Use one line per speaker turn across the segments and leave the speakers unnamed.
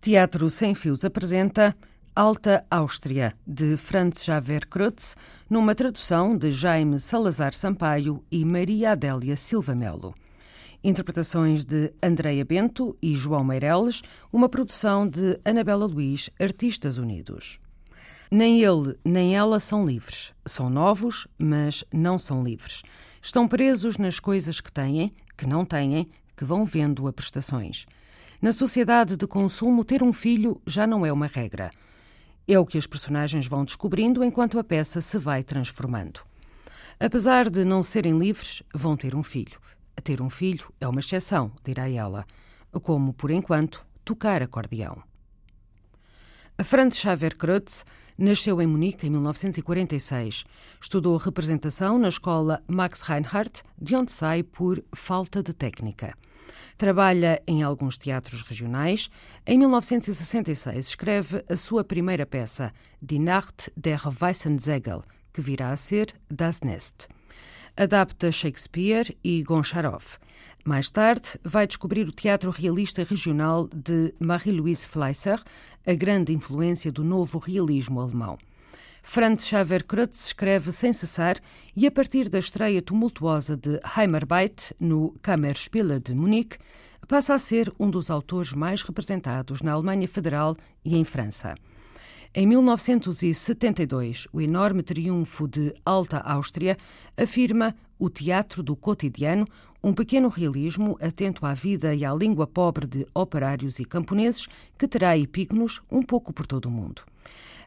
Teatro Sem Fios apresenta Alta Áustria, de Franz Xaver Krutz, numa tradução de Jaime Salazar Sampaio e Maria Adélia Silva Melo. Interpretações de Andreia Bento e João Meireles, uma produção de Anabela Luiz, Artistas Unidos. Nem ele nem ela são livres. São novos, mas não são livres. Estão presos nas coisas que têm, que não têm, que vão vendo a prestações. Na sociedade de consumo, ter um filho já não é uma regra. É o que as personagens vão descobrindo enquanto a peça se vai transformando. Apesar de não serem livres, vão ter um filho. Ter um filho é uma exceção, dirá ela, como, por enquanto, tocar acordeão. A Franz Xaver Kreutz nasceu em Munique em 1946. Estudou representação na escola Max Reinhardt, de onde sai por falta de técnica. Trabalha em alguns teatros regionais. Em 1966 escreve a sua primeira peça, Die Nacht der Weissensegel, que virá a ser Das Nest. Adapta Shakespeare e Goncharov. Mais tarde, vai descobrir o teatro realista regional de Marie-Louise Fleischer, a grande influência do novo realismo alemão. Franz Xaver Kreutz escreve sem cessar e, a partir da estreia tumultuosa de Heimarbeit no Kammerspiele de Munique, passa a ser um dos autores mais representados na Alemanha Federal e em França. Em 1972, o enorme triunfo de Alta Áustria afirma o teatro do cotidiano, um pequeno realismo atento à vida e à língua pobre de operários e camponeses que terá epígonos um pouco por todo o mundo.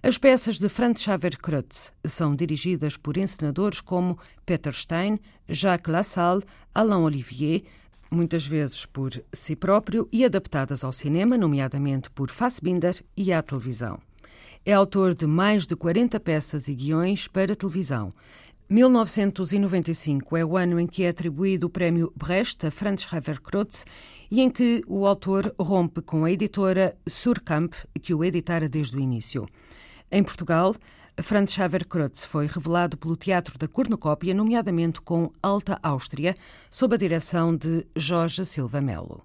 As peças de Franz Xaver Kreutz são dirigidas por encenadores como Peter Stein, Jacques Lassalle, Alain Olivier, muitas vezes por si próprio e adaptadas ao cinema, nomeadamente por Fassbinder e à televisão. É autor de mais de 40 peças e guiões para televisão. 1995 é o ano em que é atribuído o prémio Brecht a Franz Xaver Kreutz e em que o autor rompe com a editora Surkamp, que o editara desde o início. Em Portugal, Franz Xaver Kreutz foi revelado pelo Teatro da Cornucópia, nomeadamente com Alta Áustria, sob a direção de Jorge Silva Melo.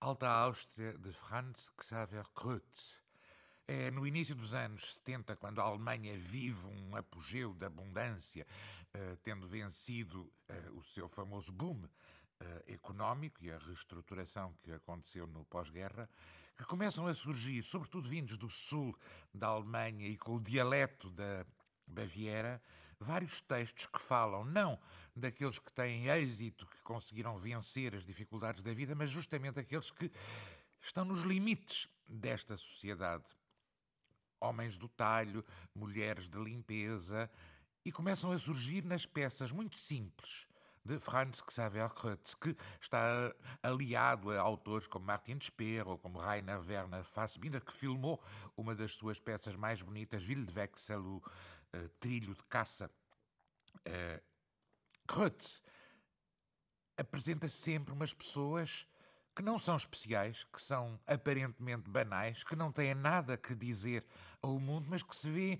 Alta Áustria de Franz Xaver Kreutz. É no início dos anos 70, quando a Alemanha vive um apogeu da abundância, eh, tendo vencido eh, o seu famoso boom eh, económico e a reestruturação que aconteceu no pós-guerra, que começam a surgir, sobretudo vindos do sul da Alemanha e com o dialeto da Baviera, vários textos que falam não daqueles que têm êxito, que conseguiram vencer as dificuldades da vida, mas justamente aqueles que estão nos limites desta sociedade homens do talho, mulheres de limpeza, e começam a surgir nas peças muito simples de Franz Xaver Kreutz, que está aliado a autores como Martin Speer ou como Rainer Werner Fassbinder, que filmou uma das suas peças mais bonitas, Wildwechsel, o eh, Trilho de Caça. Eh, Kreutz apresenta sempre umas pessoas que não são especiais, que são aparentemente banais, que não têm nada que dizer ao mundo, mas que se vê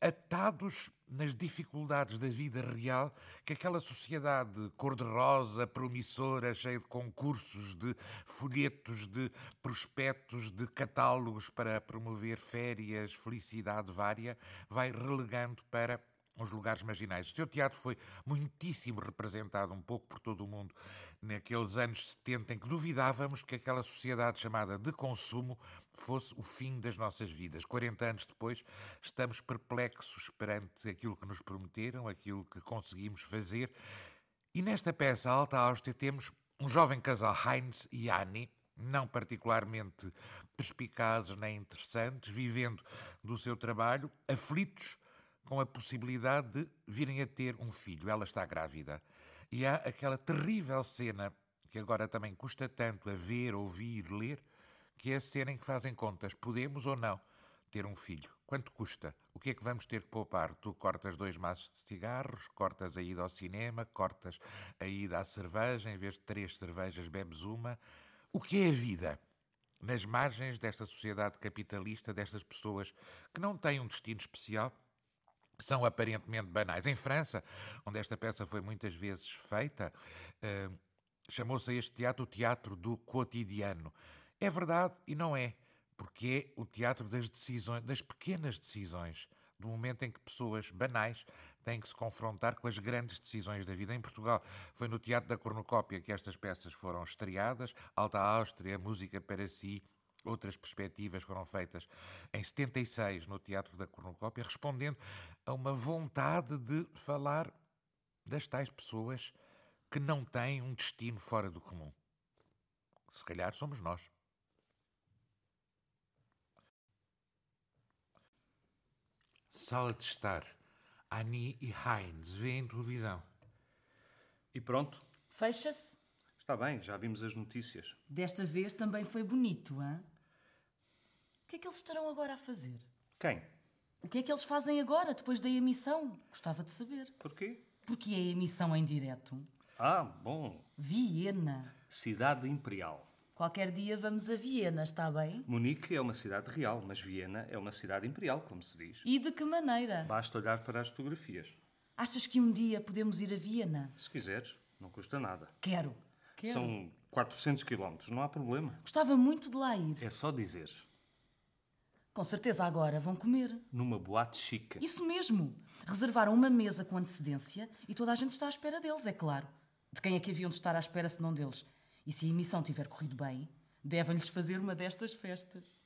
atados nas dificuldades da vida real que aquela sociedade cor-de-rosa, promissora, cheia de concursos, de folhetos, de prospectos, de catálogos para promover férias, felicidade vária, vai relegando para uns lugares marginais. O seu teatro foi muitíssimo representado um pouco por todo o mundo naqueles anos 70 em que duvidávamos que aquela sociedade chamada de consumo fosse o fim das nossas vidas. 40 anos depois, estamos perplexos perante aquilo que nos prometeram, aquilo que conseguimos fazer. E nesta peça, a Alta Áustria, temos um jovem casal, Heinz e Annie, não particularmente perspicazes nem interessantes, vivendo do seu trabalho, aflitos com a possibilidade de virem a ter um filho. Ela está grávida. E há aquela terrível cena que agora também custa tanto a ver, ouvir, ler, que é a cena em que fazem contas. Podemos ou não ter um filho? Quanto custa? O que é que vamos ter que poupar? Tu cortas dois maços de cigarros, cortas a ida ao cinema, cortas a ida à cerveja, em vez de três cervejas bebes uma. O que é a vida? Nas margens desta sociedade capitalista, destas pessoas que não têm um destino especial, são aparentemente banais. Em França, onde esta peça foi muitas vezes feita, eh, chamou-se a este teatro o teatro do cotidiano. É verdade e não é, porque é o teatro das decisões, das pequenas decisões, do momento em que pessoas banais têm que se confrontar com as grandes decisões da vida. Em Portugal, foi no Teatro da Cornucópia que estas peças foram estreadas, Alta Áustria, Música para Si, Outras perspectivas foram feitas em 76 no Teatro da Cornucópia, respondendo a uma vontade de falar das tais pessoas que não têm um destino fora do comum. Se calhar somos nós. Sala de estar. Annie e Heinz vêem televisão.
E pronto,
Fecha-se.
está bem, já vimos as notícias.
Desta vez também foi bonito, hã? O que é que eles estarão agora a fazer?
Quem?
O que é que eles fazem agora, depois da emissão? Gostava de saber.
Porquê?
Porque é emissão em direto.
Ah, bom,
Viena.
cidade imperial.
Qualquer dia vamos a Viena, está bem?
Munique é uma cidade real, mas Viena é uma cidade imperial, como se diz.
E de que maneira?
Basta olhar para as fotografias.
Achas que um dia podemos ir a Viena?
Se quiseres, não custa nada.
Quero. Quero.
São 400 quilómetros, não há problema.
Gostava muito de lá ir.
É só dizer.
Com certeza agora vão comer.
Numa boate chica.
Isso mesmo. Reservaram uma mesa com antecedência e toda a gente está à espera deles, é claro. De quem é que haviam de estar à espera se não deles? E se a emissão tiver corrido bem, devem-lhes fazer uma destas festas.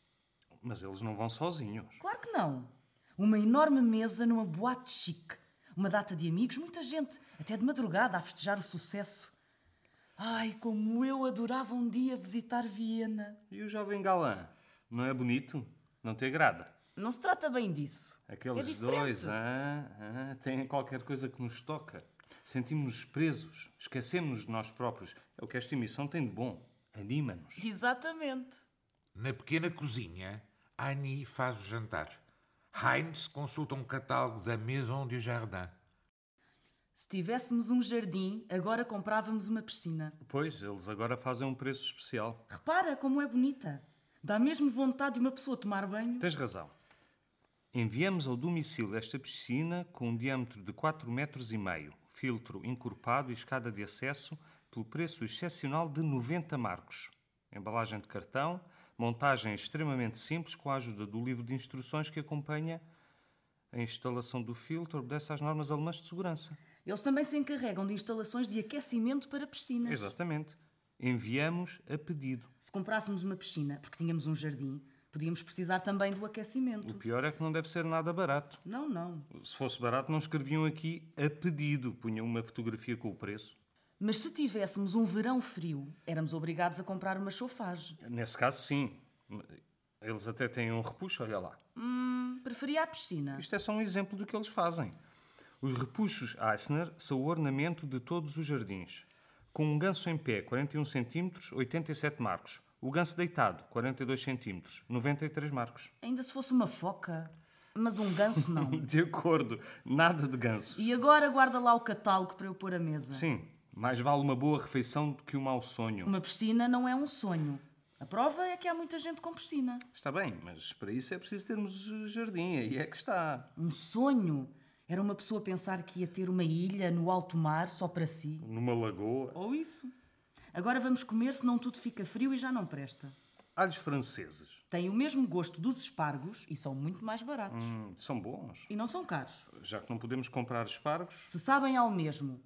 Mas eles não vão sozinhos.
Claro que não. Uma enorme mesa numa boate chique. Uma data de amigos, muita gente, até de madrugada a festejar o sucesso. Ai, como eu adorava um dia visitar Viena.
E o jovem galã? Não é bonito? Não te agrada?
Não se trata bem disso. É
Aqueles
diferente.
dois, ah, ah, têm qualquer coisa que nos toca. Sentimos-nos presos, esquecemos-nos de nós próprios. É o que esta emissão tem de bom. Anima-nos.
Exatamente.
Na pequena cozinha, Annie faz o jantar. Heinz consulta um catálogo da Maison du Jardin.
Se tivéssemos um jardim, agora comprávamos uma piscina.
Pois, eles agora fazem um preço especial.
Repara como é bonita. Dá mesmo vontade de uma pessoa tomar banho.
Tens razão. Enviamos ao domicílio esta piscina com um diâmetro de 4 metros e meio, filtro encorpado e escada de acesso pelo preço excepcional de 90 marcos. Embalagem de cartão, montagem extremamente simples com a ajuda do livro de instruções que acompanha a instalação do filtro, obedece às normas alemãs de segurança.
Eles também se encarregam de instalações de aquecimento para piscinas.
Exatamente. Enviamos a pedido.
Se comprássemos uma piscina, porque tínhamos um jardim, podíamos precisar também do
O
aquecimento.
pior é que não deve ser nada barato.
Não, não.
Se fosse barato, não escreviam aqui a pedido, punham uma fotografia com o preço.
Mas se tivéssemos um verão frio, éramos obrigados a comprar uma chofagem.
Nesse caso, sim. Eles até têm um repuxo, olha lá.
Hum, preferia a piscina.
Isto é só um exemplo do que eles fazem. Os repuxos Eisner são o ornamento de todos os jardins. Com um ganso em pé, 41 cm, 87 marcos. O ganso deitado, 42 cm, 93 marcos.
Ainda se fosse uma foca. Mas um ganso não.
De acordo, nada de ganso.
e agora guarda lá o catálogo para eu pôr a mesa.
Sim, mais vale uma boa refeição do que um mau sonho.
Uma piscina não é um sonho. A prova é que há muita gente com piscina.
Está bem, mas para isso é preciso termos uh, jardim, aí é que está.
Um sonho era uma pessoa pensar que ia ter uma ilha no alto mar só para si.
Numa lagoa.
Ou isso. Agora vamos comer, senão tudo fica frio e já não presta.
Alhos franceses.
Têm o mesmo gosto dos espargos e são muito mais baratos.
Hum, são bons.
E não são caros.
Já que não podemos comprar espargos,
Se sabem ao mesmo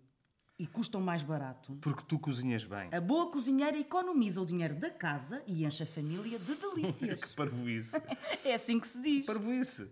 e custam mais barato,
porque tu cozinhas bem.
a boa cozinheira economiza o dinheiro da casa e enche a família de
Que
delícias.
parvoíce.
é assim que se diz.
parvoíce.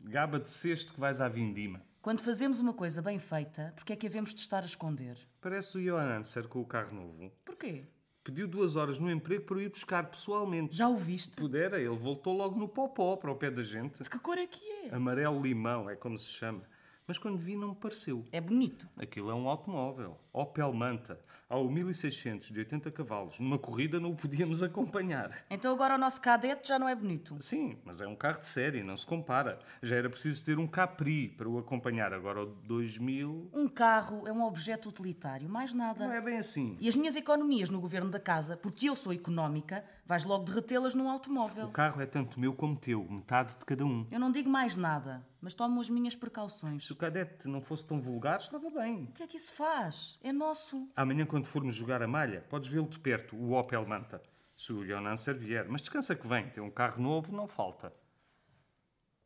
Gaba de cesto que vais à vindima.
Quando fazemos uma coisa bem feita, porque é que havemos de estar a esconder?
Parece o Johan Anser com o carro novo.
Porquê?
Pediu duas horas no emprego para o ir buscar pessoalmente.
Já o viste?
Se pudera, ele voltou logo no popó para o pé da gente.
De que cor é que é?
Amarelo-limão, é como se chama. Mas quando vi, não me pareceu.
É bonito.
Aquilo é um automóvel. Opel Manta. Ao 1600 de 80 cavalos. Numa corrida não o podíamos acompanhar.
Então agora o nosso cadete já não é bonito.
Sim, mas é um carro de série, não se compara. Já era preciso ter um Capri para o acompanhar. Agora o 2000...
Um carro é um objeto utilitário, mais nada.
Não é bem assim.
E as minhas economias no governo da casa, porque eu sou económica, vais logo derretê-las num automóvel.
O carro é tanto meu como teu, metade de cada um.
Eu não digo mais nada, mas tomo as minhas precauções.
Se o cadete não fosse tão vulgar, estava bem.
O que é que isso faz? É nosso.
Amanhã, quando formos jogar a malha, podes vê-lo de perto, o Opel Manta. Se o Leonan vier, mas descansa que vem, tem um carro novo, não falta.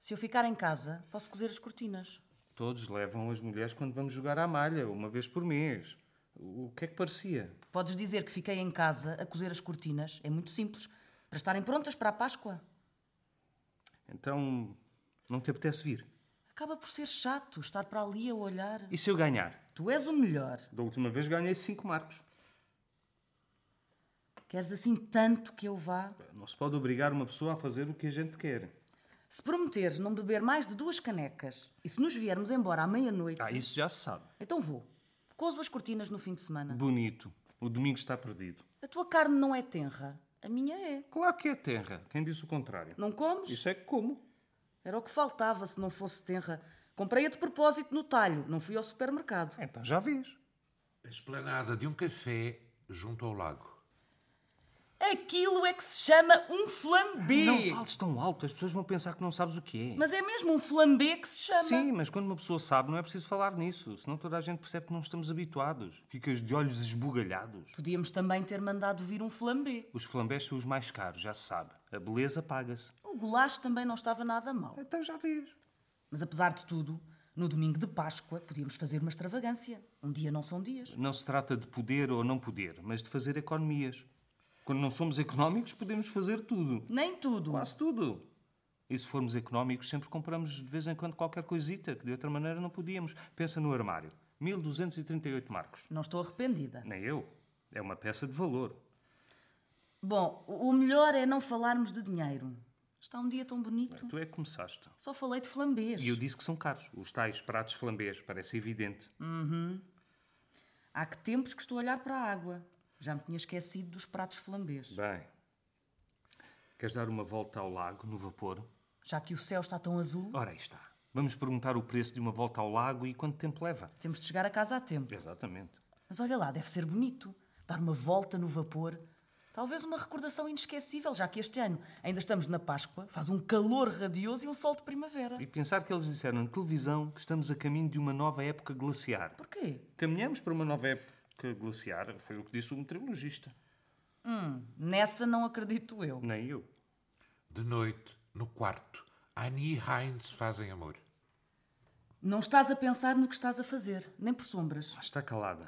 Se eu ficar em casa, posso cozer as cortinas.
Todos levam as mulheres quando vamos jogar à malha, uma vez por mês. O que é que parecia?
Podes dizer que fiquei em casa a cozer as cortinas. É muito simples. Para estarem prontas para a Páscoa.
Então, não te apetece vir?
Acaba por ser chato estar para ali a olhar.
E se eu ganhar?
Tu és o melhor.
Da última vez ganhei cinco marcos.
Queres assim tanto que eu vá?
Não se pode obrigar uma pessoa a fazer o que a gente quer.
Se prometeres não beber mais de duas canecas e se nos viermos embora à meia-noite,
Ah, isso já se sabe.
então vou. Cozo as cortinas no fim de semana.
Bonito. O domingo está perdido.
A tua carne não é tenra. A minha é.
Claro que é terra. Quem disse o contrário?
Não comes?
Isso é que como.
Era o que faltava se não fosse tenra. Comprei-a de propósito no talho, não fui ao supermercado.
Então já vês.
A esplanada de um café junto ao lago.
Aquilo é que se chama um flambé.
Não fales tão alto, as pessoas vão pensar que não sabes o que é.
Mas é mesmo um flambé que se chama.
Sim, mas quando uma pessoa sabe, não é preciso falar nisso, senão toda a gente percebe que não estamos habituados. Ficas de olhos esbugalhados.
Podíamos também ter mandado vir um flambé.
Os flambés são os mais caros, já se sabe. A beleza paga-se.
O gulacho também não estava nada mal.
Então já vês.
Mas apesar de tudo, no domingo de Páscoa podíamos fazer uma extravagância. Um dia não são dias.
Não se trata de poder ou não poder, mas de fazer economias. Quando não somos económicos, podemos fazer tudo.
Nem tudo.
Quase tudo. E se formos económicos, sempre compramos de vez em quando qualquer coisita, que de outra maneira não podíamos. Pensa no armário. 1238 marcos.
Não estou arrependida.
Nem eu. É uma peça de valor.
Bom, o o melhor é não falarmos de dinheiro. Está um dia tão bonito.
Tu é que começaste.
Só falei de flambês.
E eu disse que são caros. Os tais pratos flambês, parece evidente.
Há que tempos que estou a olhar para a água. Já me tinha esquecido dos pratos flambês.
Bem. Queres dar uma volta ao lago, no vapor?
Já que o céu está tão azul,
Ora, aí está. Vamos perguntar o preço de uma volta ao lago e quanto tempo leva.
temos de chegar a casa a tempo.
Exatamente.
Mas olha lá, deve ser bonito. Dar uma volta no vapor. Talvez uma recordação inesquecível, já que este ano ainda estamos na Páscoa, faz um calor radioso e um sol de primavera.
E pensar que eles disseram na televisão que estamos a caminho de uma nova época glaciar.
Porquê?
Caminhamos para uma nova época glaciar, foi o que disse o um meteorologista.
Nessa não acredito eu.
Nem eu.
De noite, no quarto, Annie e Heinz fazem amor.
Não estás a pensar no que estás a fazer, nem por sombras.
Mas Ah, Está calada.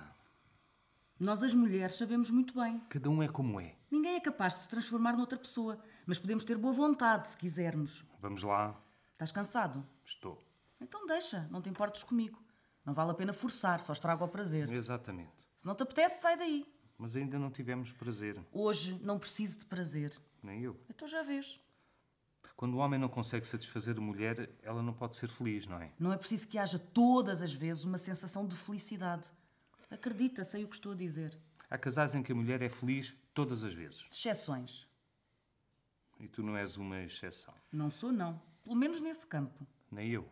Nós, as mulheres, sabemos muito bem.
Cada um é como é.
Ninguém é capaz de se transformar noutra pessoa, mas podemos ter boa vontade se quisermos.
Vamos lá.
Estás cansado?
Estou.
Então deixa, não te importes comigo. Não vale a pena forçar, só estrago ao prazer.
Exatamente.
Se não te apetece, sai daí.
Mas ainda não tivemos prazer.
Hoje não preciso de prazer.
Nem eu.
Então já vês.
Quando o homem não consegue satisfazer a mulher, ela não pode ser feliz, não é?
Não é preciso que haja todas as vezes uma sensação de felicidade. Acredita, sei o que estou a dizer.
Há casais em que a mulher é feliz todas as vezes.
Exceções.
E tu não és uma exceção.
Não sou, não. Pelo menos nesse campo.
Nem eu.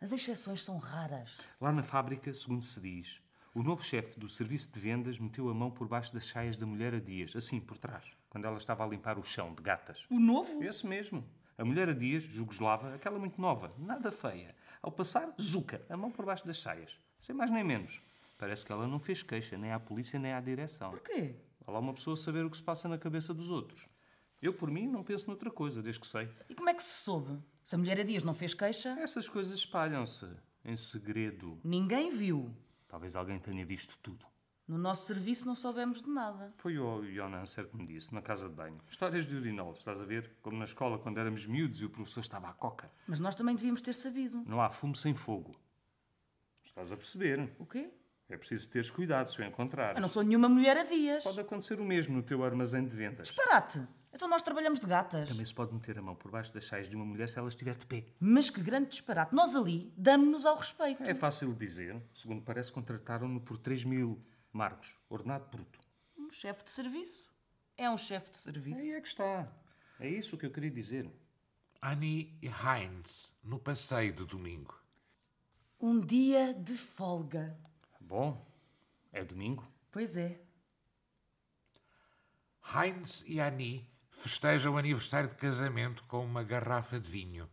As exceções são raras.
Lá na fábrica, segundo se diz, o novo chefe do serviço de vendas meteu a mão por baixo das saias da mulher a Dias, assim, por trás, quando ela estava a limpar o chão de gatas.
O novo?
Esse mesmo. A mulher a Dias, jugoslava, aquela muito nova, nada feia. Ao passar, zuca, a mão por baixo das saias. Sem mais nem menos. Parece que ela não fez queixa, nem à polícia, nem à direção.
Porquê?
Há lá uma pessoa saber o que se passa na cabeça dos outros. Eu, por mim, não penso noutra coisa, desde que sei.
E como é que se soube? Se a mulher a Dias não fez queixa,
Essas coisas espalham-se, em segredo.
ninguém viu.
Talvez alguém tenha visto tudo.
No nosso serviço não soubemos de nada.
Foi o Jonancer que me disse, na casa de banho. Histórias de urinol, estás a ver? Como na escola, quando éramos miúdos e o professor estava à coca.
Mas nós também devíamos ter sabido.
Não há fumo sem fogo. Estás a perceber?
O quê?
É preciso teres cuidado se o encontrar.
Eu não sou nenhuma mulher a Dias.
Pode acontecer o mesmo no teu armazém de vendas.
Parate! Então nós trabalhamos de gatas.
Também se pode meter a mão por baixo das saias de uma mulher se ela estiver de pé.
Mas que grande disparate. Nós ali damos-nos ao respeito.
É fácil dizer. Segundo parece, contrataram-no por 3 mil marcos, ordenado bruto.
Um chefe de serviço. É um chefe de serviço.
Aí é que está. É isso que eu queria dizer.
Annie e Heinz, no passeio de domingo.
Um dia de folga.
Bom, é domingo.
Pois é.
Heinz e Annie festejam o aniversário de casamento com uma garrafa de vinho.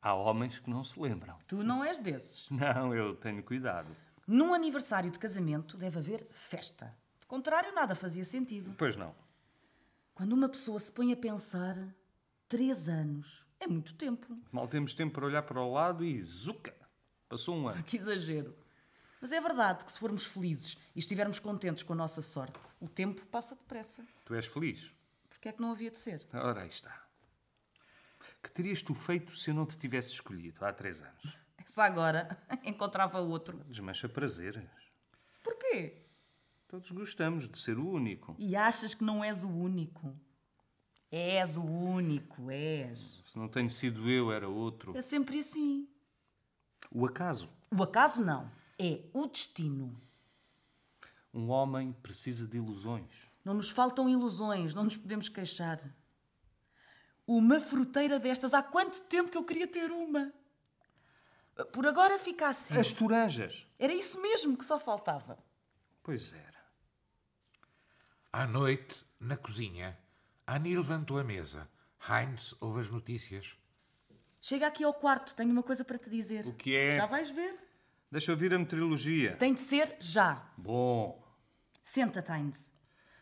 Há homens que não se lembram.
Tu não és desses.
Não, eu tenho cuidado.
Num aniversário de casamento deve haver festa. Do contrário, nada fazia sentido.
Pois não.
Quando uma pessoa se põe a pensar, três anos é muito tempo.
Mal temos tempo para olhar para o lado e zuca! Passou um ano.
Que exagero. Mas é verdade que se formos felizes e estivermos contentes com a nossa sorte, o tempo passa depressa.
Tu és feliz?
Porque é que não havia de ser?
Ora, aí está. Que terias tu feito se eu não te tivesse escolhido há três anos?
Essa agora encontrava outro.
Desmancha prazeres.
Porquê?
Todos gostamos de ser o único.
E achas que não és o único? És o único, és.
Se não tenho sido eu, era outro.
É sempre assim.
O acaso.
O acaso não, é o destino.
Um homem precisa de ilusões.
Não nos faltam ilusões, não nos podemos queixar. Uma fruteira destas, há quanto tempo que eu queria ter uma? Por agora fica assim.
As toranjas.
Era isso mesmo que só faltava.
Pois era.
À noite, na cozinha, Annie levantou a mesa. Heinz ouve as notícias.
Chega aqui ao quarto, tenho uma coisa para te dizer.
O que é?
Já vais ver?
Deixa eu ouvir a metrilogia.
Tem de ser já.
Bom,
Senta-te, Heinz.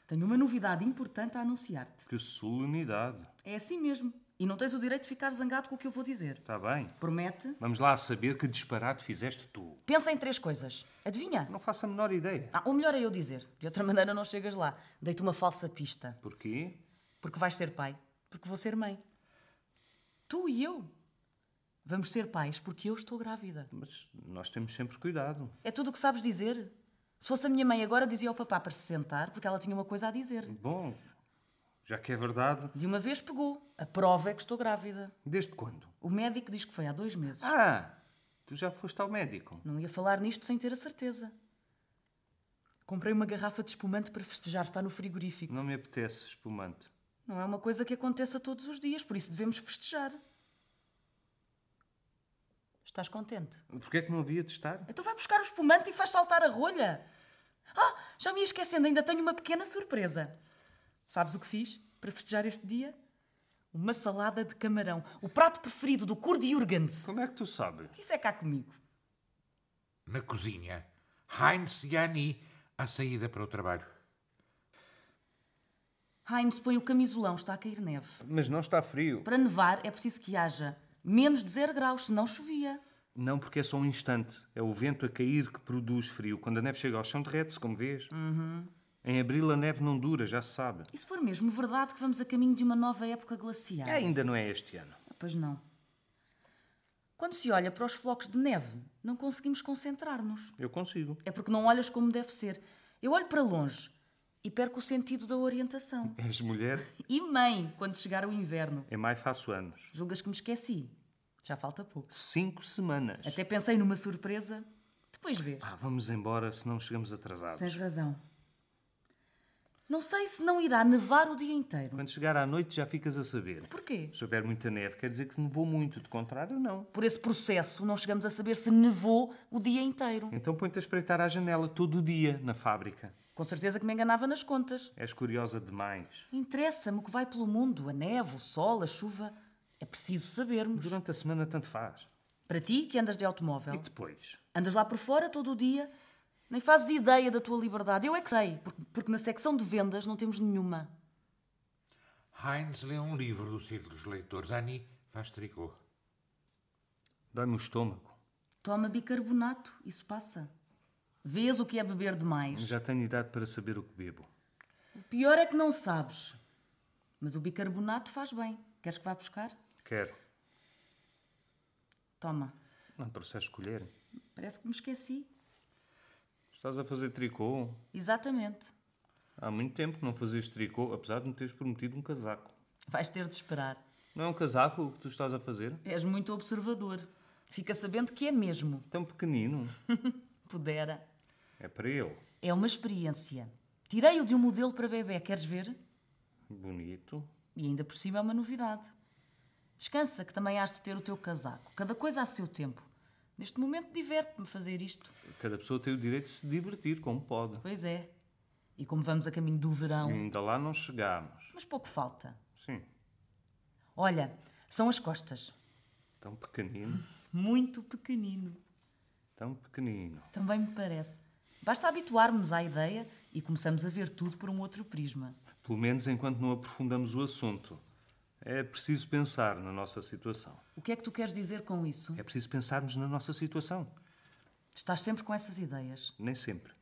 Tenho uma novidade importante a anunciar-te.
que solenidade.
É assim mesmo. E não tens o direito de ficar zangado com o que eu vou dizer.
Está Tá bem.
Promete?
Vamos lá saber que disparate fizeste tu.
Pensa em três coisas. Adivinha?
Não faço a menor ideia.
Ah, ou melhor é eu dizer. De outra maneira não chegas lá. Dei-te uma falsa pista.
Porquê?
Porque vais ser pai. Porque vou ser mãe. Tu e eu. Vamos ser pais porque eu estou grávida.
Mas nós temos sempre cuidado.
É tudo o que sabes dizer. Se fosse a minha mãe agora, dizia ao papá para se sentar porque ela tinha uma coisa a dizer.
Bom, já que é verdade,
De uma vez pegou. A prova é que estou grávida.
desde quando?
O médico diz que foi há dois meses.
Ah, tu já foste ao médico.
Não ia falar nisto sem ter a certeza. Comprei uma garrafa de espumante para festejar, está no frigorífico.
Não me apetece espumante.
Não é uma coisa que aconteça todos os dias, por isso devemos festejar. Estás contente?
Porquê é que não havia de estar?
Então vai buscar o espumante e faz saltar a rolha. Ah, já me ia esquecendo, ainda tenho uma pequena surpresa. Sabes o que fiz para festejar este dia? Uma salada de camarão, o prato preferido do Kurt Jürgens.
Como é que tu sabes?
Isso é cá comigo.
Na cozinha, Heinz e Annie à saída para o trabalho.
Heinz põe o camisolão, está a cair neve.
Mas não está frio.
Para nevar é preciso que haja menos de zero graus, senão chovia.
Não porque é só um instante. É o vento a cair que produz frio. Quando a neve chega ao chão, derrete-se, como vês. Uhum. Em abril a neve não dura, já se sabe.
E se for mesmo verdade que vamos a caminho de uma nova época glacial?
Ainda não é este ano.
Pois não. Quando se olha para os flocos de neve, não conseguimos concentrar-nos.
Eu consigo.
É porque não olhas como deve ser. Eu olho para longe e perco o sentido da orientação.
És mulher?
E mãe, quando chegar o inverno.
Em maio faço É anos.
Julgas que me esqueci? Já falta pouco.
Cinco semanas.
Até pensei numa surpresa. Depois vês.
Ah, vamos embora, senão chegamos atrasados.
Tens razão. Não sei se não irá nevar o dia inteiro.
Quando chegar à noite já ficas a saber.
Porquê?
Se houver muita neve, quer dizer que nevou muito, de contrário, não.
Por esse processo, não chegamos a saber se nevou o dia inteiro.
Então põe-te a espreitar à janela todo o dia, na fábrica.
Com certeza que me enganava nas contas.
És curiosa demais.
Interessa-me o que vai pelo mundo, a neve, o sol, a chuva. É preciso sabermos.
Durante a semana tanto faz.
Para ti, que andas de
E
automóvel,
depois?
andas lá por fora todo o dia, nem fazes ideia da tua liberdade. Eu é que sei, porque, porque na secção de vendas não temos nenhuma.
Heinz lê um livro do Circo dos Leitores. Annie faz tricô.
Dói-me o estômago.
Toma bicarbonato, isso passa. Vês o que é beber demais.
Já tenho idade para saber o que bebo.
O pior é que não sabes. Mas o bicarbonato faz bem. Queres que vá buscar?
Quero.
Toma.
Não trouxeste colher?
Parece que me esqueci.
Estás a fazer tricô?
Exatamente.
Há muito tempo que não fazias tricô, apesar de me teres prometido um casaco.
Vais ter de esperar.
Não é um casaco o que tu estás a fazer?
És muito observador. Fica sabendo que é mesmo.
Tão pequenino.
Pudera.
É para ele.
É uma experiência. Tirei-o de um modelo para bebê, queres ver?
Bonito.
E ainda por cima é uma novidade. Descansa, que também has de ter o teu casaco. Cada coisa a seu tempo. Neste momento, diverte-me fazer isto.
Cada pessoa tem o direito de se divertir como pode.
Pois é. E como vamos a caminho do
E
verão,
ainda lá não chegámos.
mas pouco falta.
Sim.
Olha, são as costas.
Tão pequenino.
Muito pequenino.
Tão pequenino.
Também me parece. Basta habituarmos à ideia e começamos a ver tudo por um outro prisma.
Pelo menos enquanto não aprofundamos o assunto. É preciso pensar na nossa situação.
O que é que tu queres dizer com isso?
É preciso pensarmos na nossa situação.
Estás sempre com essas ideias.
Nem sempre.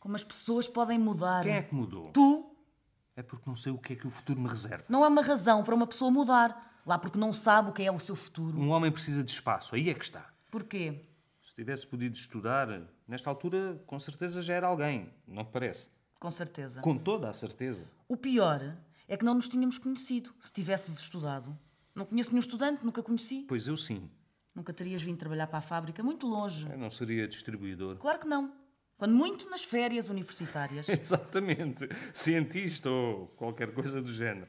Como as pessoas podem mudar.
Quem é que mudou?
Tu
É porque não sei o que é que o futuro me reserva.
não há uma razão para uma pessoa mudar. Lá porque não sabe o que é o seu futuro.
Um homem precisa de espaço, aí é que está.
Porquê?
Se tivesse podido estudar, nesta altura, com certeza já era alguém, não te parece?
Com certeza.
Com toda a certeza.
O pior é que não nos tínhamos conhecido se tivesses estudado. Não conheço nenhum estudante, nunca conheci.
Pois eu sim.
Nunca terias vindo trabalhar para a fábrica, muito longe.
Eu não seria distribuidor.
Claro que não. Quando muito nas férias universitárias.
Exatamente. Cientista ou qualquer coisa do género.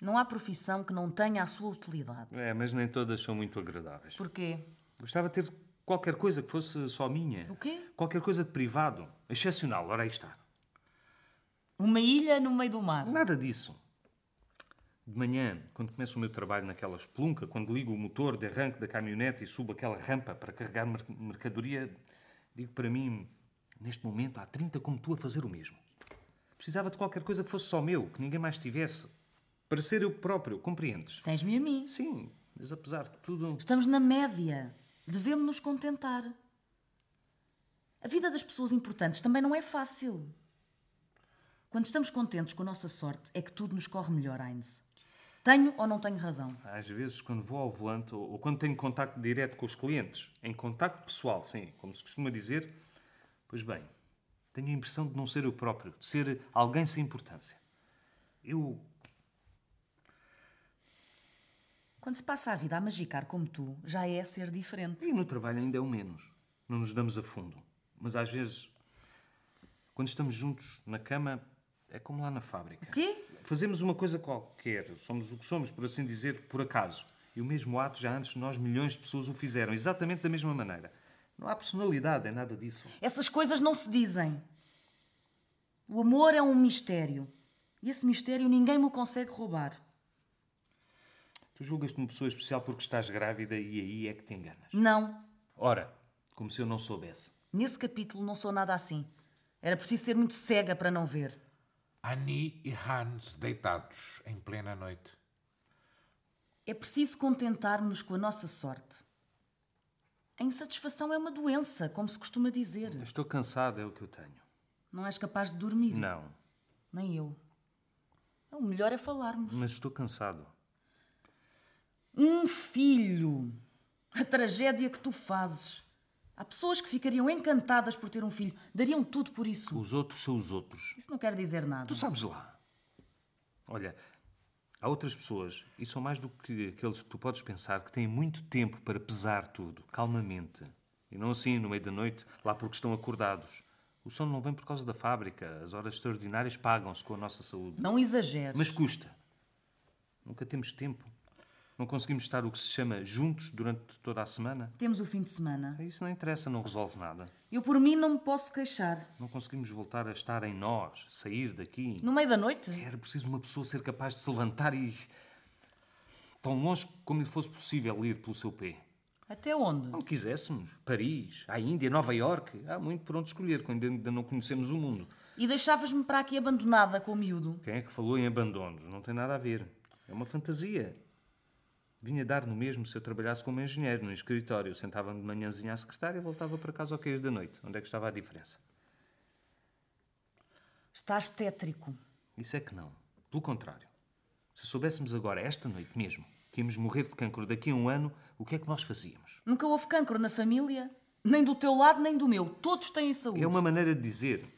Não há profissão que não tenha a sua utilidade.
É, mas nem todas são muito agradáveis.
Porquê?
Gostava de ter qualquer coisa que fosse só minha.
O quê?
Qualquer coisa de privado. Excepcional, ora aí está.
Uma ilha no meio do mar.
Nada disso. De manhã, quando começo o meu trabalho naquela espelunca, quando ligo o motor de arranque da caminhonete e subo aquela rampa para carregar mer- mercadoria, digo para mim, neste momento há 30 como tu a fazer o mesmo. Precisava de qualquer coisa que fosse só meu, que ninguém mais tivesse, para ser eu próprio, compreendes?
Tens-me a mim.
Sim, mas apesar de tudo,
Estamos na média. Devemos nos contentar. A vida das pessoas importantes também não é fácil. Quando estamos contentes com a nossa sorte, é que tudo nos corre melhor, Heinz. Tenho ou não tenho razão?
às vezes quando vou ao volante ou, ou quando tenho contacto direto com os clientes, em contacto pessoal, sim, como se costuma dizer, pois bem, tenho a impressão de não ser eu próprio, de ser alguém sem importância. Eu
Quando se passa a vida a magicar como tu, já é ser diferente.
E no trabalho ainda é o menos. Não nos damos a fundo. Mas às vezes, quando estamos juntos na cama, é como lá na fábrica.
O quê?
Fazemos uma coisa qualquer, somos o que somos, por assim dizer, por acaso. E o mesmo ato já antes de nós milhões de pessoas o fizeram, exatamente da mesma maneira. Não há personalidade, é nada disso.
Essas coisas não se dizem. O amor é um mistério. E esse mistério ninguém me consegue roubar.
Tu julgas-te uma pessoa especial porque estás grávida e aí é que te enganas.
Não,
Ora, como se eu não soubesse.
nesse capítulo não sou nada assim. Era preciso ser muito cega para não ver.
Annie e Hans deitados em plena noite.
É preciso contentar-nos com a nossa sorte. A insatisfação é uma doença, como se costuma dizer.
Estou cansado, é o que eu tenho.
Não és capaz de dormir.
Não,
Nem eu. O melhor é falarmos.
mas estou cansado.
Um filho! A tragédia que tu fazes. Há pessoas que ficariam encantadas por ter um filho, dariam tudo por isso.
Os outros são os outros.
Isso não quer dizer nada.
Tu sabes lá. Olha, há outras pessoas, e são mais do que aqueles que tu podes pensar, que têm muito tempo para pesar tudo, calmamente. E não assim, no meio da noite, lá porque estão acordados. O sono não vem por causa da fábrica. As horas extraordinárias pagam-se com a nossa saúde.
Não exageres.
Mas custa. Nunca temos tempo. Não conseguimos estar o que se chama juntos durante toda a semana.
Temos o fim de semana.
Isso não interessa, não resolve nada.
Eu por mim não me posso queixar.
Não conseguimos voltar a estar em nós, sair daqui.
No meio da noite?
Era preciso uma pessoa ser capaz de se levantar e. tão longe como lhe fosse possível ir pelo seu pé.
Até onde?
Não quiséssemos. Paris, a Índia, Nova Iorque. Há muito por onde escolher, quando ainda não conhecemos o mundo.
E deixavas-me para aqui abandonada com o miúdo.
Quem é que falou em abandonos? Não tem nada a ver. É uma fantasia. Vinha dar no mesmo se eu trabalhasse como engenheiro no escritório. Sentava-me de manhãzinha à secretária e voltava para casa ao cair da noite. Onde é que estava a diferença?
Estás tétrico.
Isso é que não. Pelo contrário. Se soubéssemos agora, esta noite mesmo, que íamos morrer de cancro daqui a um ano, o que é que nós fazíamos?
Nunca houve cancro na família? Nem do teu lado, nem do meu. Todos têm saúde.
É uma maneira de dizer.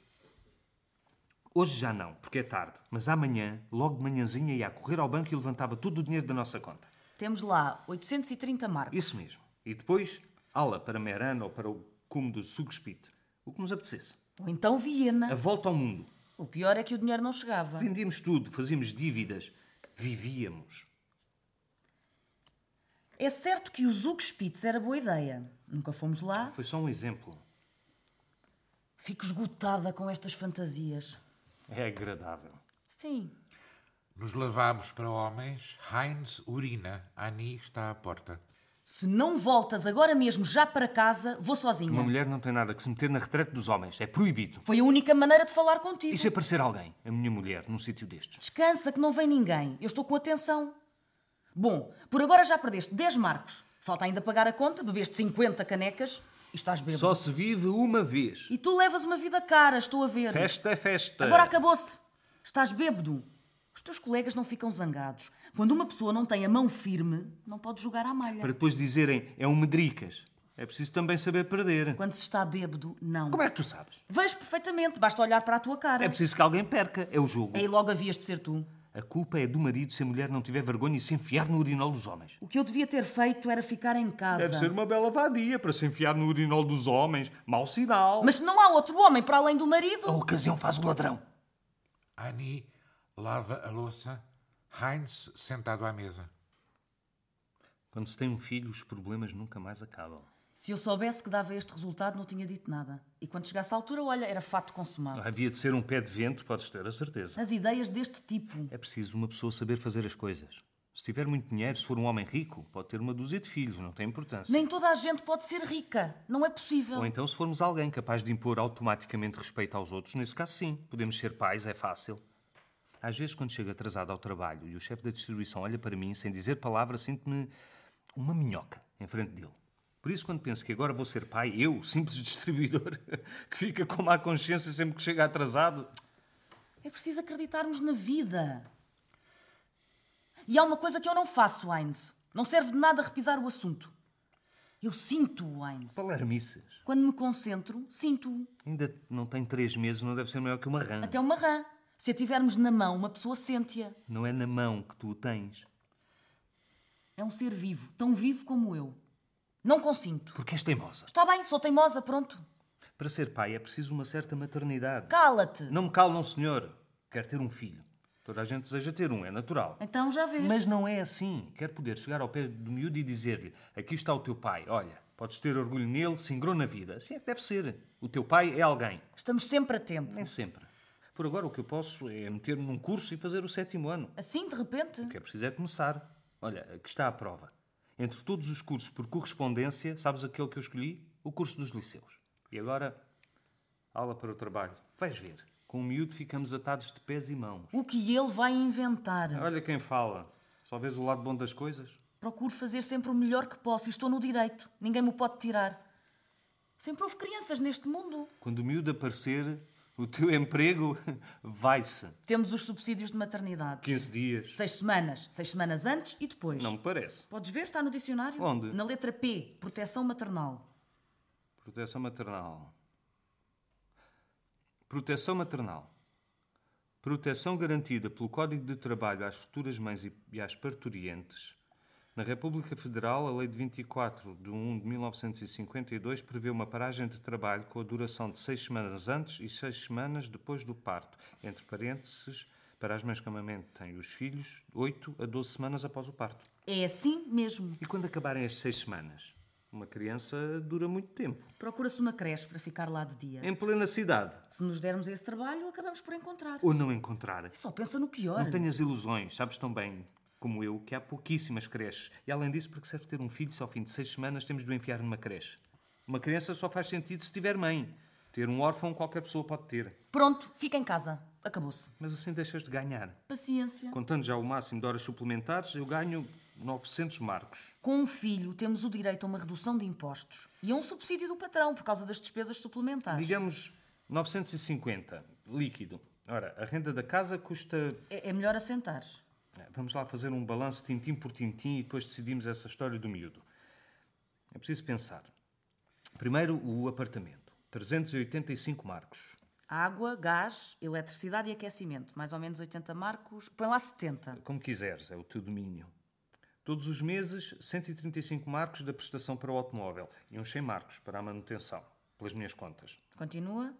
Hoje já não, porque é tarde, mas amanhã, logo de manhãzinha, ia a correr ao banco e levantava todo o dinheiro da nossa conta.
Temos lá 830 marcos.
Isso mesmo. E depois, ala para Merano ou para o cume do Sugspit. O que nos apetecesse.
Ou então Viena.
A volta ao mundo.
O pior é que o dinheiro não chegava.
Vendíamos tudo, fazíamos dívidas. Vivíamos.
É certo que o Zugspitz era boa ideia. Nunca fomos lá.
Foi só um exemplo.
Fico esgotada com estas fantasias.
É agradável.
Sim.
Nos lavabos para homens, Heinz urina. Annie está à porta.
Se não voltas agora mesmo já para casa, vou sozinha.
Uma mulher não tem nada que se meter na retrete dos homens. É proibido.
Foi a única maneira de falar contigo.
E se aparecer alguém, a minha mulher, num sítio destes?
Descansa, que não vem ninguém. Eu estou com atenção. Bom, por agora já perdeste 10 marcos. Falta ainda pagar a conta, bebeste 50 canecas e estás bêbado.
Só se vive uma vez.
E tu levas uma vida cara, estou a ver.
Festa é festa.
Agora acabou-se. Estás bêbado. Os teus colegas não ficam zangados. Quando uma pessoa não tem a mão firme, não pode jogar à malha.
Para depois dizerem, é um medricas. É preciso também saber perder.
Quando se está bêbado, não.
Como é que tu sabes?
Vejo perfeitamente, basta olhar para a tua cara.
É preciso que alguém perca. É o jogo.
Aí logo havias de ser tu.
A culpa é do marido se a mulher não tiver vergonha e se enfiar no urinol dos homens.
O que eu devia ter feito era ficar em casa.
uma bela vadia para se enfiar no urinol dos homens. Mau sinal.
Mas não há outro homem para além do marido.
A ocasião faz o ladrão.
Annie lava a louça. Heinz sentado à mesa.
Quando se tem um filho, os problemas nunca mais acabam.
Se eu soubesse que dava este resultado, não tinha dito nada. E quando chegasse à altura, olha, era fato consumado.
Havia de ser um pé de vento, podes ter a certeza.
As ideias deste tipo.
É preciso uma pessoa saber fazer as coisas. Se tiver muito dinheiro, se for um homem rico, pode ter uma dúzia de filhos, não tem importância.
Nem toda a gente pode ser rica. Não é possível.
Ou então, se formos alguém capaz de impor automaticamente respeito aos outros, nesse caso sim, podemos ser pais, é fácil. Às vezes, quando chego atrasado ao trabalho e o chefe da distribuição olha para mim, sem dizer palavra, sinto-me uma minhoca em frente dele. Por isso, quando penso que agora vou ser pai, eu, simples distribuidor, que fica com má consciência sempre que chega atrasado,
É preciso acreditarmos na vida. E há uma coisa que eu não faço, Heinz. Não serve de nada repisar o assunto. Eu sinto-o, Heinz.
palermices.
Quando me concentro, sinto-o.
Ainda não tem três meses, não deve ser melhor que uma rã.
Até um- uma rã. Se a tivermos na mão, uma pessoa sente-a.
Não é na mão que tu o tens.
É um ser vivo, tão vivo como eu. Não consinto.
Porque és teimosa.
Está bem, sou teimosa, pronto.
Para ser pai é preciso uma certa maternidade.
Cala-te.
Não me calam, senhor. Quero ter um filho. Toda a gente deseja ter um, é natural.
Então já vês.
Mas não é assim. Quero poder chegar ao pé do miúdo e dizer-lhe: Aqui está o teu pai, olha, podes ter orgulho nele, se ingrou na vida. Assim é que deve ser. O teu pai é alguém.
Estamos sempre a tempo.
Nem sempre. Por agora, o que eu posso é meter-me num curso e fazer o sétimo ano.
Assim, de repente,
O que é preciso é começar. Olha, aqui está a prova. Entre todos os cursos por correspondência, sabes aquele que eu escolhi? O curso dos liceus. E agora, aula para o trabalho. Vais ver. Com o miúdo ficamos atados de pés e mãos.
O que ele vai inventar?
Olha quem fala. Só vês o lado bom das coisas?
Procuro fazer sempre o melhor que posso e estou no direito. Ninguém me o pode tirar. Sempre houve crianças neste mundo.
Quando o miúdo aparecer, o teu emprego vai-se.
Temos os subsídios de maternidade.
15 dias.
Seis semanas. Seis semanas antes e depois.
Não me parece.
Podes ver, está no dicionário.
Onde?
Na letra P, proteção maternal.
Proteção maternal. Proteção maternal. Proteção garantida pelo Código de Trabalho às futuras mães e- e às parturientes. Na República Federal, a Lei de 24 de 1 de 1952 prevê uma paragem de trabalho com a duração de seis semanas antes e seis semanas depois do parto, entre parênteses, para as mães que amamentem os filhos, 8 a 12 semanas após o parto.
É assim mesmo.
E quando acabarem as seis semanas? Uma criança dura muito tempo.
Procura-se uma creche para ficar lá de dia.
Em plena cidade.
Se nos dermos esse trabalho, acabamos por encontrar.
Ou não encontrarem.
Só pensa no pior.
Não tenhas ilusões, sabes tão bem como eu que há pouquíssimas creches. E além disso, porque serve ter um filho se ao fim de seis semanas temos de o enfiar numa creche. Uma criança só faz sentido se tiver mãe. Ter um órfão qualquer pessoa pode ter.
Pronto, fica em casa. Acabou-se.
Mas assim deixas de ganhar.
Paciência.
Contando já o máximo de horas suplementares, eu ganho 900 marcos.
Com um filho, temos o direito a uma redução de impostos e a um subsídio do patrão por causa das despesas suplementares.
Digamos 950, líquido. Ora, a renda da casa custa
É, é melhor assentares.
Vamos lá fazer um balanço tintim por tintim e depois decidimos essa história do miúdo. É preciso pensar. Primeiro, o apartamento. 385 marcos.
Água, gás, eletricidade e aquecimento. Mais ou menos 80 marcos. Põe lá 70.
Como quiseres, é o teu domínio. Todos os meses, 135 marcos da prestação para o automóvel e uns 100 marcos para a manutenção, pelas minhas contas.
Continua.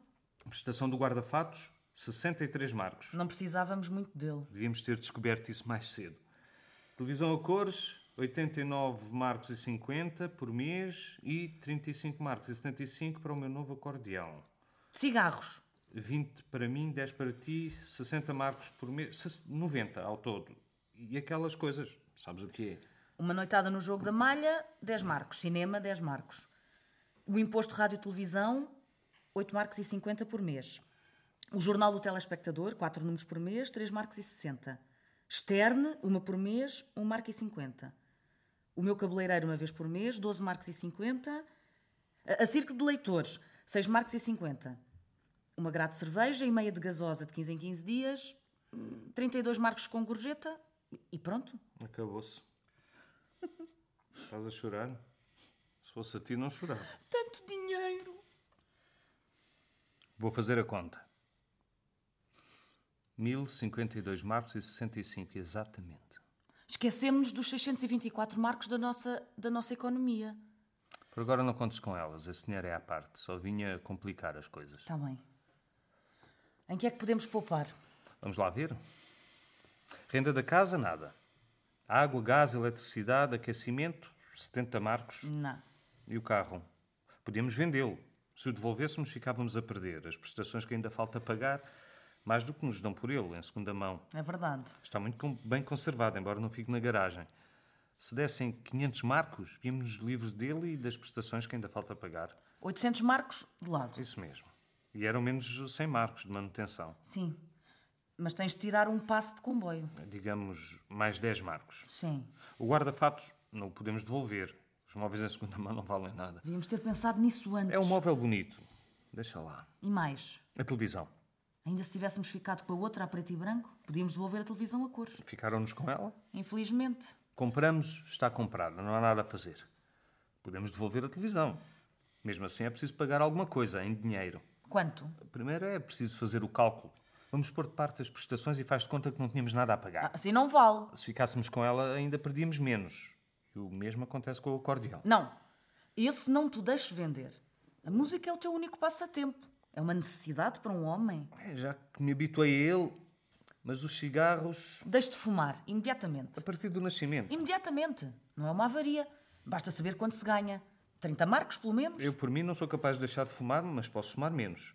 Prestação do guarda-fatos, 63 marcos.
Não precisávamos muito dele.
Devíamos ter descoberto isso mais cedo. Televisão a cores, 89 marcos e 50 por mês e 35 marcos e 75 para o meu novo acordeão.
Cigarros.
20 para mim, 10 para ti, 60 marcos por mês, 60 90 ao todo. E aquelas coisas, sabes o que é?
Uma noitada no jogo da malha, 10 marcos. Cinema, 10 marcos. O imposto rádio e televisão, 8 marcos e 50 por mês. O jornal do telespectador, 4 números por mês, 3 marcos e 60. Externe, uma por mês, 1 marco e 50. O meu cabeleireiro, uma vez por mês, 12 marcos e 50. A, a circo de leitores, 6 marcos e 50. Uma grade de cerveja e meia de gasosa de 15 em 15 dias, hum, 32 marcos com gorjeta e pronto.
Acabou-se. Estás a chorar? Se fosse a ti, não chorava.
Tanto dinheiro!
Vou fazer a conta. 1052 marcos e 65, exatamente.
Esquecemos dos 624 marcos da nossa, da nossa economia.
Por agora não contes com elas, esse dinheiro é à parte, só vinha complicar as coisas.
Está Tá bem. Em que é que podemos poupar?
Vamos lá ver? Renda da casa, nada. Água, gás, eletricidade, aquecimento, 70 marcos.
Não.
E o carro? Podíamos vendê-lo. Se o devolvêssemos, ficávamos a perder. As prestações que ainda falta pagar, mais do que nos dão por ele, em segunda mão.
É verdade.
Está muito com- bem conservado, embora não fique na garagem. Se dessem 500 marcos, víamos livres dele e das prestações que ainda falta pagar.
800 marcos de lado.
Isso mesmo. E eram menos 100 marcos de manutenção.
Sim. Mas tens de tirar um passo de comboio.
Digamos, mais 10 marcos.
Sim.
O guarda-fatos não o podemos devolver. Os móveis em segunda mão não valem nada.
Devíamos ter pensado nisso antes.
É um móvel bonito. Deixa lá.
E mais.
A televisão.
Ainda se tivéssemos ficado com a outra a preto e branco, podíamos devolver a televisão a cores.
Ficaram-nos com ela?
Infelizmente.
Compramos, está comprada, não há nada a fazer. Podemos devolver a televisão. Mesmo assim é preciso pagar alguma coisa em dinheiro.
Quanto?
Primeiro é preciso fazer o cálculo. Vamos pôr de parte as prestações e faz de conta que não tínhamos nada a pagar.
Ah, assim não vale.
Se ficássemos com ela, ainda perdíamos menos. E o mesmo acontece com o acordeão.
Não. Esse não te deixo vender. A música é o teu único passatempo. É uma necessidade para um homem.
É, já que me habituei a ele, mas os cigarros,
Deixe de fumar, imediatamente.
a partir do nascimento.
Imediatamente. Não é uma avaria. Basta saber quanto se ganha. 30 marcos, pelo menos.
Eu, por mim, não sou capaz de deixar de fumar, mas posso fumar menos.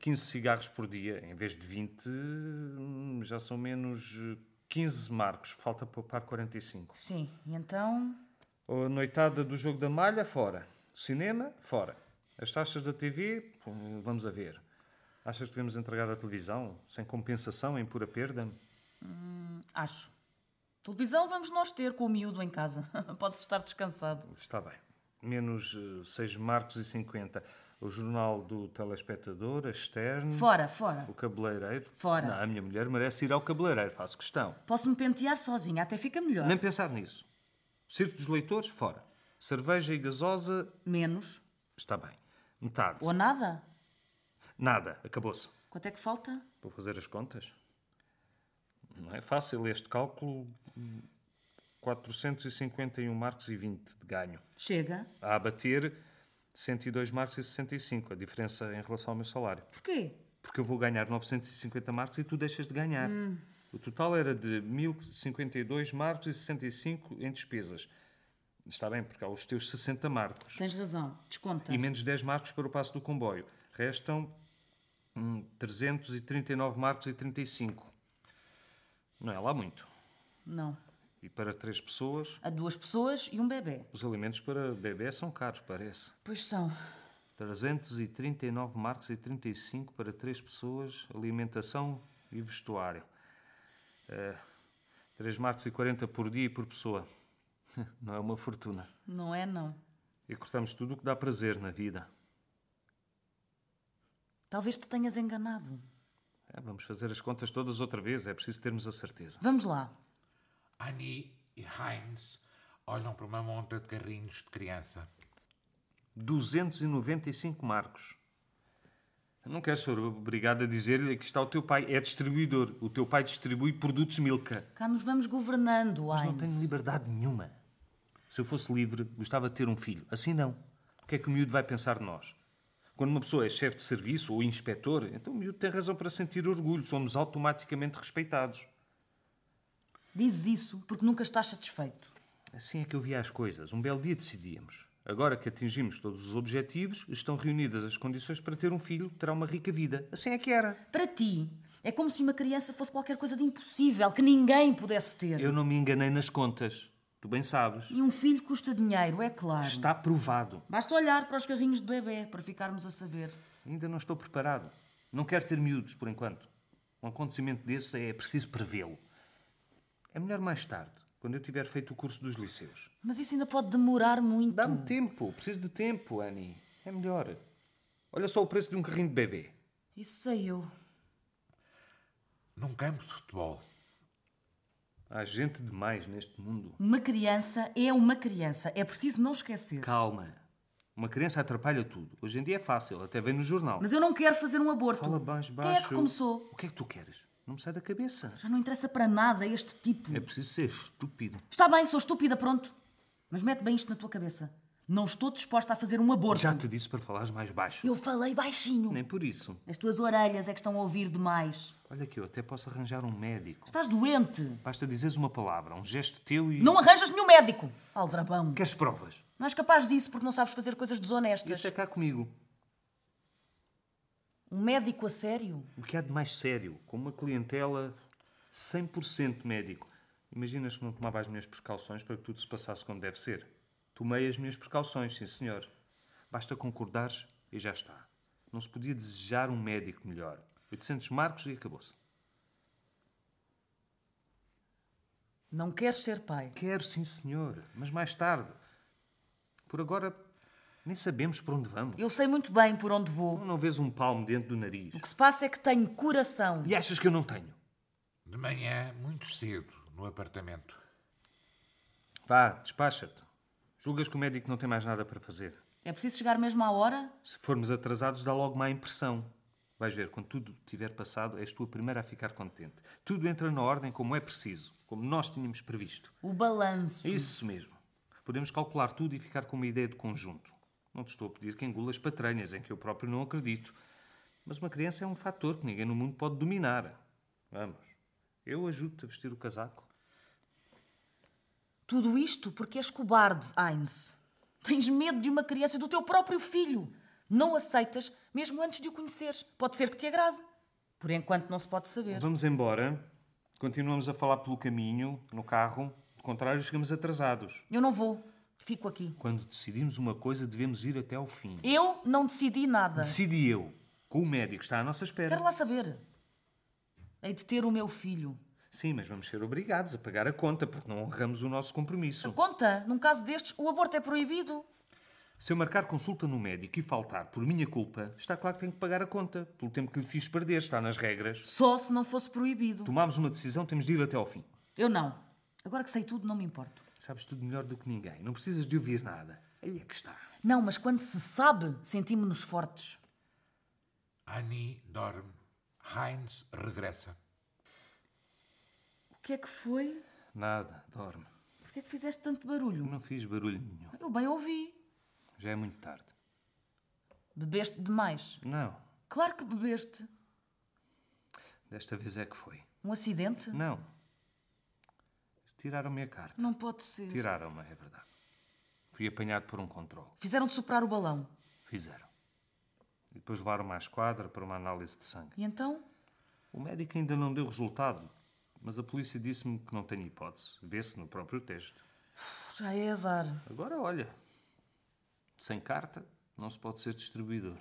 15 cigarros por dia, em vez de 20, hum, já são menos eh, 15 marcos. Falta poupar 45.
Sim, e então.
A noitada do jogo da malha, fora. Cinema, fora. As taxas da TV, hum, vamos a ver. Achas que devemos entregar à televisão, sem compensação, em pura perda?
Acho. Televisão vamos nós ter com o miúdo em casa. Pode-se estar descansado.
Está bem. Menos eh, seis marcos e 50. O jornal do telespectador, a externo,
Fora, fora.
o cabeleireiro.
Fora.
Não, a minha mulher merece ir ao cabeleireiro, faço questão.
Posso-me pentear sozinha, até fica melhor.
Nem pensar nisso. Circo dos leitores, fora. Cerveja e gasosa,
Menos.
está bem. Metade.
Ou nada.
Nada, acabou-se.
Quanto é que falta?
Vou fazer as contas. Não é fácil este cálculo. Hum, 451 marcos e 20 de ganho.
Chega.
A abater 102 marcos e 65, a diferença em relação ao meu salário.
Porquê?
Porque eu vou ganhar 950 marcos e tu deixas de ganhar. O total era de 1052 marcos e 65 em despesas. Está bem, porque há os teus 60 marcos.
Tens razão. Desconta.
E menos 10 marcos para o passo do comboio. Restam hum, 339 marcos e 35. Não é lá muito.
Não.
E para três pessoas,
A duas pessoas e um bebê.
os alimentos para bebê são caros, parece.
Pois são.
339 marcos e 35 para três pessoas, alimentação e vestuário. 3 marcos e 40 por dia e por pessoa. Não é uma fortuna.
Não é, não.
E cortamos tudo o que dá prazer na vida.
Talvez te tenhas enganado.
É, vamos fazer as contas todas outra vez, é preciso termos a certeza.
Vamos lá.
Annie e Heinz olham para uma monta de carrinhos de criança.
295 marcos. Eu não quero ser obrigado a dizer-lhe que está o teu pai. É distribuidor. O teu pai distribui produtos Milka.
Cá nos vamos governando,
Mas não
Heinz.
tenho liberdade nenhuma. Se eu fosse livre, gostava de ter um filho. Assim não. O que é que o miúdo vai pensar de nós? Quando uma pessoa é chefe de serviço ou inspetor, então o miúdo tem razão para sentir orgulho. Somos automaticamente respeitados.
Diz isso porque nunca estás satisfeito.
Assim é que eu via as coisas. Um belo dia decidíamos. Agora que atingimos todos os objetivos, estão reunidas as condições para ter um filho que terá uma rica vida. Assim é que era.
Para ti, é como se uma criança fosse qualquer coisa de impossível que ninguém pudesse ter.
Eu não me enganei nas contas. Tu bem sabes.
E um filho custa dinheiro, é claro.
Está provado.
Basta olhar para os carrinhos de bebê para ficarmos a saber.
Ainda não estou preparado. Não quero ter miúdos, por enquanto. Um acontecimento desse é preciso prevê-lo. É melhor mais tarde, quando eu tiver feito o curso dos liceus.
Mas isso ainda pode demorar muito.
Dá-me tempo. Preciso de tempo, Annie. É melhor. Olha só o preço de um carrinho de bebê.
Isso saiu.
Num campo de futebol,
Há gente demais neste mundo.
Uma criança é uma criança. É preciso não esquecer.
Calma. Uma criança atrapalha tudo. Hoje em dia é fácil, até vem no jornal.
Mas eu não quero fazer um aborto.
Fala mais baixo.
Quem é que começou?
O que é que tu queres? Não me sai da cabeça.
Já não interessa para nada este tipo.
É preciso ser estúpido.
Está bem, sou estúpida, pronto. Mas mete bem isto na tua cabeça. Não estou disposta a fazer um aborto.
Já te disse para falares mais baixo.
Eu falei baixinho.
Nem por isso.
As tuas orelhas é que estão a ouvir demais.
Olha que eu até posso arranjar um médico.
Estás doente.
Basta dizeres uma palavra, um gesto teu e.
Não arranjas nenhum médico. Aldrabão.
Queres provas?
Não és capaz disso porque não sabes fazer coisas desonestas.
Isso é cá comigo.
Um médico a sério?
O que há de mais sério? Com uma clientela 100% médico. Imaginas que não tomava as minhas precauções para que tudo se passasse como deve ser? Tomei as minhas precauções, sim senhor. Basta concordares e já está. Não se podia desejar um médico melhor. 800 marcos e acabou-se.
Não queres ser pai.
Quero, sim senhor, mas mais tarde. Por agora, nem sabemos para onde vamos.
Eu sei muito bem por onde vou.
Tu não vês um palmo dentro do nariz.
O que se passa é que tenho coração.
E é- achas que eu não tenho?
de manhã, muito cedo, no apartamento.
Vá, despacha-te. Julgas que o médico não tem mais nada para fazer.
É preciso chegar mesmo à hora?
Se formos atrasados, dá logo má impressão. Vais ver, quando tudo tiver passado, és tu a primeira a ficar contente. Tudo entra na ordem como é preciso, como nós tínhamos previsto.
O balanço.
É isso mesmo. Podemos calcular tudo e ficar com uma ideia de conjunto. Não te estou a pedir que engulas patranhas em que eu próprio não acredito. Mas uma criança é um fator que ninguém no mundo pode dominar. Vamos. Eu ajudo-te a vestir o casaco.
Tudo isto porque és cobarde, Heinz. Tens medo de uma criança e do teu próprio filho. Não aceitas, mesmo antes de o conheceres. Pode ser que te agrade. Por enquanto não se pode saber.
Vamos embora. Continuamos a falar pelo caminho, no carro. Do contrário, chegamos atrasados.
Eu não vou. Fico aqui.
Quando decidimos uma coisa, devemos ir até ao fim.
Eu não decidi nada.
Decidi eu. Com o médico está à nossa espera.
Quero lá saber. Hei de ter o meu filho.
Sim, mas vamos ser obrigados a pagar a conta, porque não honramos o nosso compromisso.
Conta, num caso destes, o aborto é proibido.
Se eu marcar consulta no médico e faltar por minha culpa, está claro que tenho que pagar a conta, pelo tempo que lhe fiz perder, está nas regras.
Só se não fosse proibido.
Tomámos uma decisão, temos de ir até ao fim.
Eu não. Agora que sei tudo, não me importo.
Sabes tudo melhor do que ninguém, não precisas de ouvir nada. Aí é que está.
Não, mas quando se sabe, sentimos-nos fortes.
Annie dorme. Heinz regressa.
O que é que foi?
Nada, dorme.
Porquê é que fizeste tanto barulho?
Não fiz barulho nenhum.
Eu bem ouvi.
Já é muito tarde.
Bebeste demais.
Não,
Claro que bebeste.
desta vez é que foi.
Um acidente?
Não. Tiraram-me a carta.
Não pode ser.
Tiraram-me, é verdade. Fui apanhado por um controle.
Fizeram-te soprar o balão.
Fizeram. E depois levaram-me à esquadra para uma análise de sangue.
E então?
O médico ainda não deu resultado, mas a polícia disse-me que não tenho hipótese. Vê-se no próprio texto.
Já é azar.
Agora olha. Sem carta, não se pode ser distribuidor.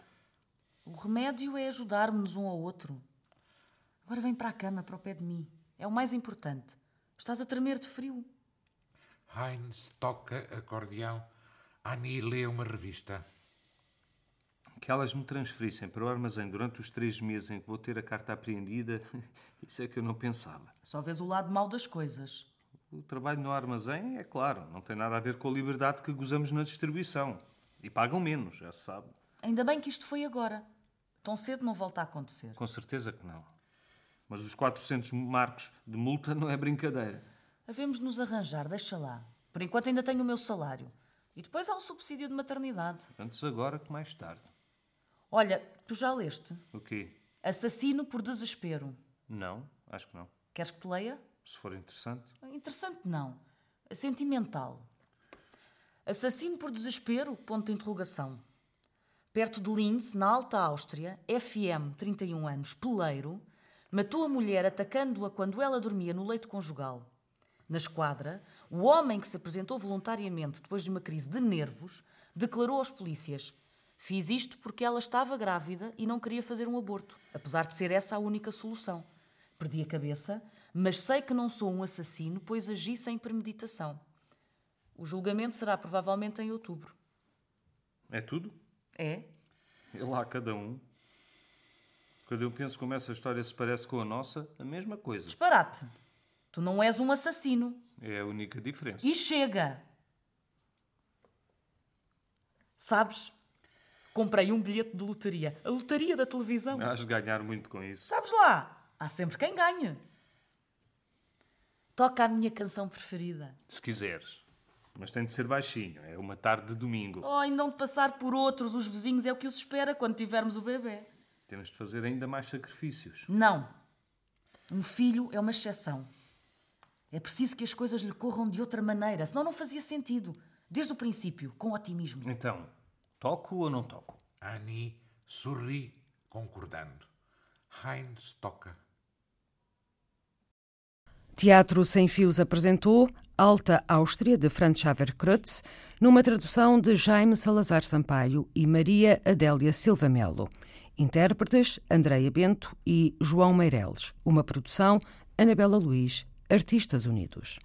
O remédio é ajudarmos um ao outro. Agora vem para a cama, para o pé de mim. É o mais importante. Estás a tremer de frio.
Heinz toca acordeão. Annie lê uma revista.
Que elas me transferissem para o armazém durante os três meses em que vou ter a carta apreendida, isso é que eu não pensava.
Só vês o lado mau das coisas.
O trabalho no armazém, é claro, não tem nada a ver com a liberdade que gozamos na distribuição. E pagam menos, já se sabe.
Ainda bem que isto foi agora. Tão cedo não volta a acontecer.
Com certeza que não. Mas os 400 marcos de multa não é brincadeira.
Havemos de nos arranjar, deixa lá. Por enquanto ainda tenho o meu salário. E depois há o subsídio de maternidade.
Antes agora que mais tarde.
Olha, tu já leste?
O quê?
Assassino por desespero.
Não, acho que não.
Queres que te leia?
Se for interessante.
Interessante não. Sentimental. Assassino por desespero? Ponto de interrogação. Perto de Linz, na Alta Áustria, FM, 31 anos, peleiro, matou a mulher atacando-a quando ela dormia no leito conjugal. Na esquadra, o homem que se apresentou voluntariamente depois de uma crise de nervos declarou aos polícias: Fiz isto porque ela estava grávida e não queria fazer um aborto, apesar de ser essa a única solução. Perdi a cabeça, mas sei que não sou um assassino, pois agi sem premeditação. O julgamento será provavelmente em outubro.
É tudo?
É?
É lá cada um. Quando eu penso como essa história se parece com a nossa, a mesma coisa.
Disparate! Tu não és um assassino.
É a única diferença.
E chega! Sabes? Comprei um bilhete de lotaria. A lotaria da televisão.
Hás de ganhar muito com isso.
Sabes lá, há sempre quem ganha. Toca a minha canção preferida.
Se quiseres. Mas tem de ser baixinho. É uma tarde de domingo.
Oh, e não de passar por outros, os vizinhos é o que os espera quando tivermos o bebê.
Temos de fazer ainda mais sacrifícios.
Não. Um filho é uma exceção. É preciso que as coisas lhe corram de outra maneira, senão não fazia sentido. Desde o princípio, com otimismo.
Então, toco ou não toco?
Annie sorri, concordando. Heinz toca.
Teatro Sem Fios apresentou Alta Áustria, de Franz Xaver Krutz, numa tradução de Jaime Salazar Sampaio e Maria Adélia Silva Melo. Intérpretes Andreia Bento e João Meireles. Uma produção Anabela Luiz, Artistas Unidos.